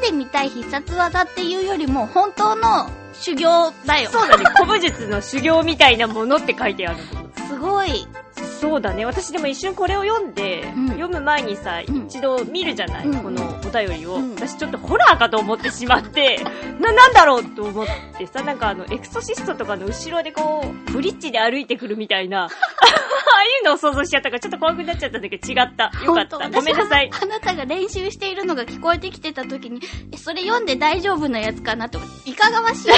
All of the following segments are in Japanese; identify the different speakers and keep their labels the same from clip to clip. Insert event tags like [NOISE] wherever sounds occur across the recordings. Speaker 1: でみたい必殺技っていうよりも、本当の修行だよ。
Speaker 2: そうだね、古武術の修行みたいなものって書いてある。
Speaker 1: すごい。
Speaker 2: そうだね、私でも一瞬これを読んで、
Speaker 1: うん
Speaker 2: 読む前にさ、
Speaker 1: うん
Speaker 2: 一度見るじゃない、
Speaker 1: うん
Speaker 2: このお便りを、
Speaker 1: うん
Speaker 2: 私ちょっとホラーかと思ってしまって、な、なんだろうと思ってさ、なんかあの、エクソシストとかの後ろでこう、ブリッジで歩いてくるみたい
Speaker 1: [LAUGHS]
Speaker 2: な、ああいうのを想像しちゃったから、ちょっと怖くなっちゃったんだけど違った。よかっ
Speaker 1: 本
Speaker 2: た。
Speaker 1: 当
Speaker 2: ごめんなさい。
Speaker 1: 私はあなたが練習しているのが聞こえてきてた時に、え、それ読んで大丈夫なやつかなと思って、いかがわしいやつ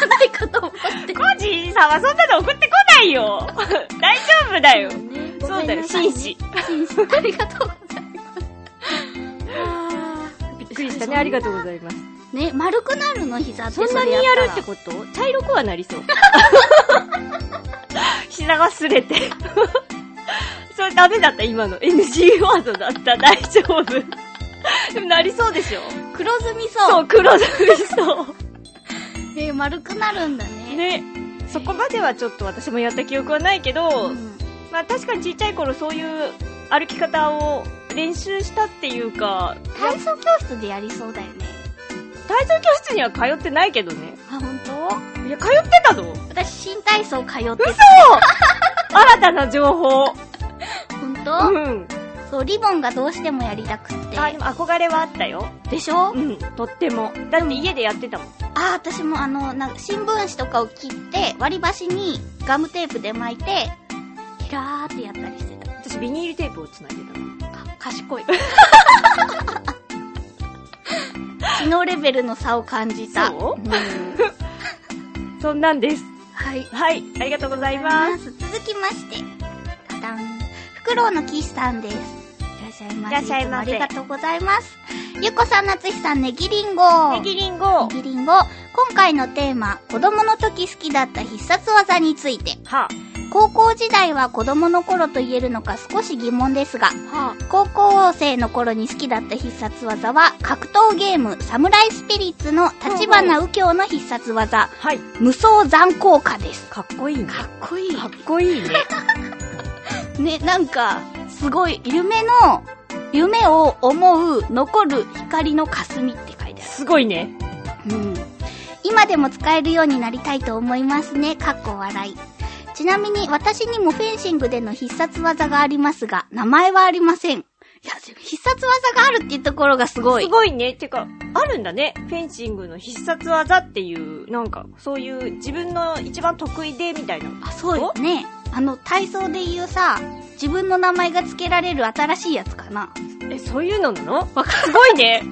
Speaker 1: なんないかと思って。
Speaker 2: コージーさんはそんなの送ってこないよ [LAUGHS] 大丈夫だよ
Speaker 1: ね
Speaker 2: そうだ
Speaker 1: ごめん
Speaker 2: よ、紳
Speaker 1: なさい
Speaker 2: 士。
Speaker 1: 紳士。ありがとうございます。
Speaker 2: びっくりしたね、ありがとうございます。
Speaker 1: ね、丸くなるの膝って
Speaker 2: そんなに
Speaker 1: れ
Speaker 2: や
Speaker 1: ったら
Speaker 2: るってこと茶色くはなり [LAUGHS] そう。膝が擦れて。 [LAUGHS] それダメだった、今の。NG ワードだった、大丈夫。でもなりそうでしょ
Speaker 1: 黒ずみそう。
Speaker 2: そう、黒ずみそ
Speaker 1: ね、丸くなるんだ
Speaker 2: う。
Speaker 1: ね。
Speaker 2: ね。そこまではちょっと私もやった記憶はないけど、
Speaker 1: うん
Speaker 2: まあ確かにちっちゃい頃そういう歩き方を練習したっていうか、
Speaker 1: 体操教室でやりそうだよね。
Speaker 2: 体操教室には通ってないけどね。
Speaker 1: あ、本当？
Speaker 2: いや、通ってたぞ。
Speaker 1: 私、新体操通って
Speaker 2: 嘘新たな情報。
Speaker 1: た。本
Speaker 2: う
Speaker 1: 当？
Speaker 2: ん。
Speaker 1: そう、リボンがどうしてもやりたくって。
Speaker 2: あ、でも憧れはあったよ。
Speaker 1: でしょ
Speaker 2: うん、とっても。だって家でやってたもん。
Speaker 1: あ、私もあの、なんか新聞紙とかを切って、割り箸にガムテープで巻いて、キラーってやったりしてた。
Speaker 2: 私ビニールテープをつないでたもん。
Speaker 1: あ、
Speaker 2: [LAUGHS]
Speaker 1: 賢い。知能レベルの差を感じた。
Speaker 2: そうんそんなんです。
Speaker 1: はい。
Speaker 2: はい、ありがとうございます。
Speaker 1: 続きまして、たたん。フクロウの岸さんです。いらっしゃいませ。
Speaker 2: いらっしゃいませ
Speaker 1: つもありがとうございます。ゆっこさん、なつひさん、ねぎりんご。
Speaker 2: ネギリンゴ。は
Speaker 1: ねぎりんご。今回のテーマ、子供の時好きだった必殺技について。
Speaker 2: あ、
Speaker 1: 高校時代は子供の頃と言えるのか少し疑問ですが、
Speaker 2: は
Speaker 1: 高校生の頃に好きだった必殺技は、格闘ゲーム、サムライスピリッツの立花右京の必殺技、
Speaker 2: あ、はい。
Speaker 1: 無双残効果です。
Speaker 2: かっこいいね。
Speaker 1: かっこいい。
Speaker 2: かっこいいね。
Speaker 1: ね、なんか、すごい、夢の、夢を思う、残る光の霞って書いて
Speaker 2: すごいね。
Speaker 1: ある。うん。今でも使えるようになりたいと思いますね。かっこ笑い。ちなみに私にもフェンシングでの必殺技がありますが、名前はありません。いや、必殺技があるっていうところがすごい。
Speaker 2: すごいね。てか、あるんだね。フェンシングの必殺技っていう、なんか、そういう自分の一番得意でみたいな。
Speaker 1: あ、そうよね。あの、体操で言うさ、自分の名前が付けられる新しいやつかな。
Speaker 2: え、そういうのなのわかすごいね。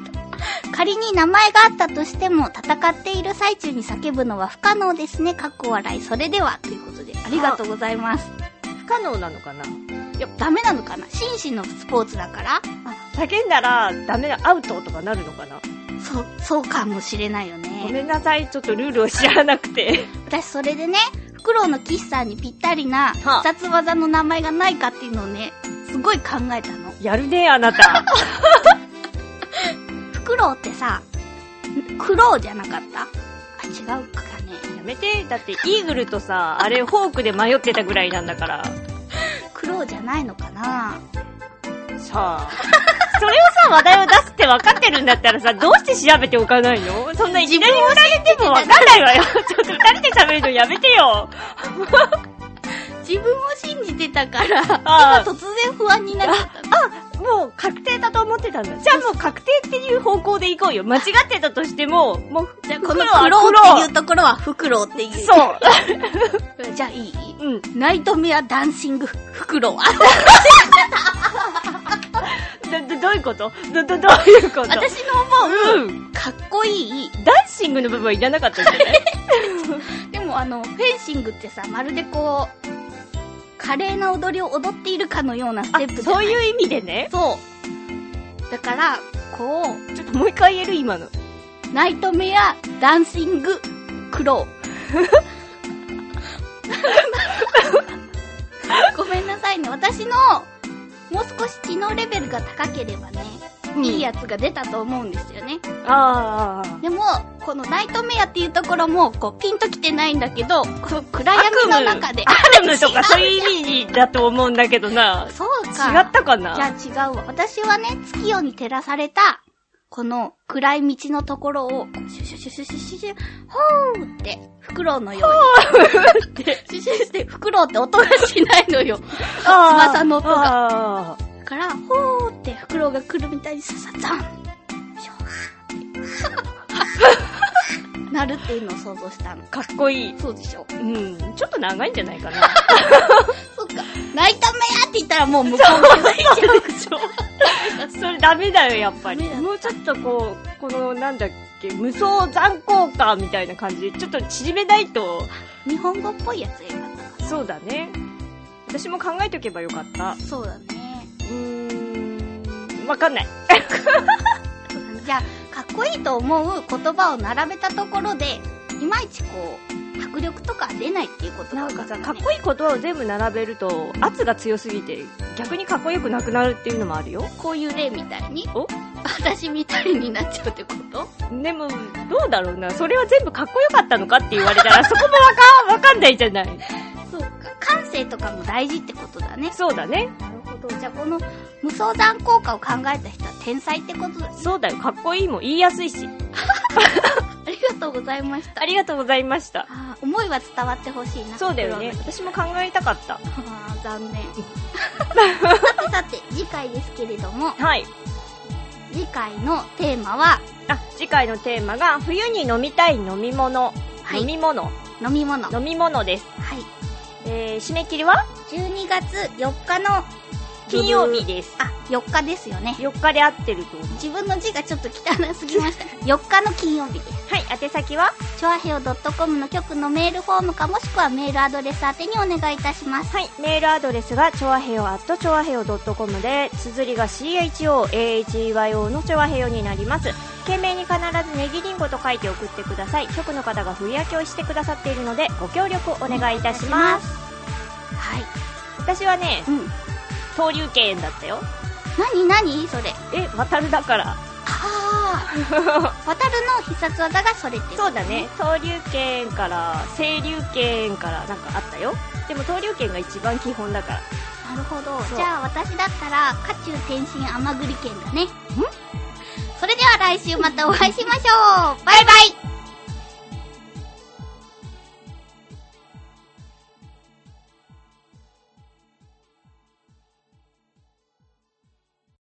Speaker 1: 仮に名前があったとしても、戦っている最中に叫ぶのは不可能ですね。かっこ笑い。それでは。ということで、ありがとうございます。
Speaker 2: 不可能なのかない
Speaker 1: や、ダメなのかな紳士のスポーツだから
Speaker 2: 叫んだらダメな、アウトとかなるのかな
Speaker 1: そう、そうかもしれないよ
Speaker 2: ご
Speaker 1: ね。
Speaker 2: めんなさい、ちょっとルールを知らなくて。
Speaker 1: 私、それでね、フクロウの岸さんにぴったりな必
Speaker 2: はあ
Speaker 1: 殺技の名前がないかっていうのをね、すごい考えたの。
Speaker 2: やるね、あなた。
Speaker 1: フクロウってさ、んクロウじゃなかったあ、違うかね。
Speaker 2: やめて。だって、イーグルとさ、あれ、フォークで迷ってたぐらいなんだから。
Speaker 1: クロウじゃないのかな
Speaker 2: さあ。 [LAUGHS] それをさ、話題を出すって分かってるんだったらさ、どうして調べておかないのそんないきなり言われても分かんないわよ。 [LAUGHS] ちょっと二人で喋るのやめてよ。
Speaker 1: 自分を信じてたから、今
Speaker 2: あ
Speaker 1: 突然不安になっちゃったの。
Speaker 2: もう確定だと思ってたんだ。じゃあもう確定っていう方向で行こうよ。間違ってたとしても、もう、
Speaker 1: じゃあ
Speaker 2: フ
Speaker 1: こ
Speaker 2: クロ
Speaker 1: の
Speaker 2: ウは
Speaker 1: クロウっていう
Speaker 2: フ
Speaker 1: ところはフクロウっていう。
Speaker 2: クロウ
Speaker 1: う。じゃあいい
Speaker 2: そう。うん。
Speaker 1: ナイトメアダンシングフクロウ。
Speaker 2: ど、ど、どういうことど、ど、どういうこと
Speaker 1: [LAUGHS] 私の思う、
Speaker 2: うん。
Speaker 1: かっこいい。
Speaker 2: ダンシングの部分はいらなかったんじゃない
Speaker 1: でもあの、フェンシングってさ、まるでこう、華麗な踊りを踊っているかのようなス
Speaker 2: あ
Speaker 1: テップ、じゃ
Speaker 2: そ
Speaker 1: な
Speaker 2: う
Speaker 1: い
Speaker 2: いう意 [LAUGHS] 味でね。
Speaker 1: そう。だから、こ
Speaker 2: ちょっともう一回言える今の。
Speaker 1: う、ナイトメアダンシングクロ
Speaker 2: [LAUGHS]
Speaker 1: ウ。ごめんなさいね。私の、もう少し知能レベルが高ければね、いいやつが出たと思うんですよね。
Speaker 2: ああ。
Speaker 1: でも、このナイトメアっていうところも、こう、ピンときてないんだけど、この暗闇の中で。
Speaker 2: アルムとかそういう意味だと思うんだけどな。
Speaker 1: そうか。
Speaker 2: 違ったかな
Speaker 1: じゃあ違うわ。私はね、月夜に照らされた、この暗い道のところを、シュシュシュシュシュシュシュ、ほーって、フクロウのように。って、シュシュして、フクロウって音がしないのよ。
Speaker 2: あー
Speaker 1: 翼の音
Speaker 2: が。
Speaker 1: だから、ほーって、フクロウが来るみたいにささざん。シュワーってなるっていうのを想像したの。
Speaker 2: かっこいい。
Speaker 1: そうでしょ。
Speaker 2: うん。ちょっと長いんじゃないか
Speaker 1: [LAUGHS]
Speaker 2: な。
Speaker 1: そっか。ナイトメアって言ったらもう向こうに行っちゃう。
Speaker 2: それダメだよ、やっぱり
Speaker 1: ダメ。だ
Speaker 2: もうちょっとこう、このなんだっけ、無双残効果みたいな感じで、ちょっと縮めないと。
Speaker 1: 日本語っぽいやつが良かったか
Speaker 2: そうだね。私も考えとけばよかった。う
Speaker 1: な。そうだね。
Speaker 2: ーん。わかんない。
Speaker 1: じゃあ、かっこいいと思う言葉を並べたところで、いまいちこう、迫力とか出ないっていうこと
Speaker 2: なん
Speaker 1: だ
Speaker 2: か
Speaker 1: った
Speaker 2: さ、
Speaker 1: ね
Speaker 2: かっこいい言葉を全部並べると、圧が強すぎて、逆にかっこよくなくなるっていうのもあるよ。
Speaker 1: こういう例みたいに
Speaker 2: お
Speaker 1: 私みたいになっちゃうってこと
Speaker 2: でも、どうだろうな。それは全部かっこよかったのかって言われた [LAUGHS] ら、そこもわか、わかんないじゃない。
Speaker 1: そうか。感性とかも大事ってことだね。
Speaker 2: そうだね。
Speaker 1: なるほど。じゃあ、この無双残効果を考えた人は天才ってことだね。
Speaker 2: そうだよ。かっこいいも言いやすいし。
Speaker 1: ありがとうございました。
Speaker 2: ありがとうございました。
Speaker 1: あー思いは伝わってほしいな。
Speaker 2: そうだよね。私も考えたかった。
Speaker 1: あー残
Speaker 2: [LAUGHS]
Speaker 1: 念。さてさて、次回ですけれども、
Speaker 2: はい。
Speaker 1: 次回のテーマは、
Speaker 2: あ、次回のテーマが、冬に飲みたい飲み物。
Speaker 1: はい
Speaker 2: 飲み物。
Speaker 1: 飲み物。は
Speaker 2: 飲み物です。
Speaker 1: い。
Speaker 2: えー、締め切りは
Speaker 1: 12月4日の、
Speaker 2: 金曜日です。
Speaker 1: あ、4日ですよね。
Speaker 2: 4日で合ってると思う。
Speaker 1: 自分の字がちょっと汚すぎま
Speaker 2: [LAUGHS]
Speaker 1: した。4日の金曜日です。
Speaker 2: はい、宛先は
Speaker 1: チョアヘオ .com の局のメールフォームかもしくはメールアドレス宛てにお願いいたします。
Speaker 2: はい、メールアドレスが、ちょわへよ、アットちょわへよ .com で、綴りが CHOAHEYO のちょわへよになります。件名に必ずネギリンゴと書いて送ってください。局の方が冬焼けをしてくださっているので、ご協力をお願いいたします。
Speaker 1: はい。
Speaker 2: 私はね
Speaker 1: う、ん。
Speaker 2: 登竜拳だったよ。
Speaker 1: 何何それ。
Speaker 2: え、渡るだから。
Speaker 1: ああ。渡るの必殺技がそれってこと。
Speaker 2: そうだね。登竜拳から、清流拳からなんかあったよ。でも登竜拳が一番基本だから。
Speaker 1: なるほど
Speaker 2: そう
Speaker 1: じゃあ私だったら「家中天心甘栗県」だねんそれでは来週またお会いしましょうバイバイ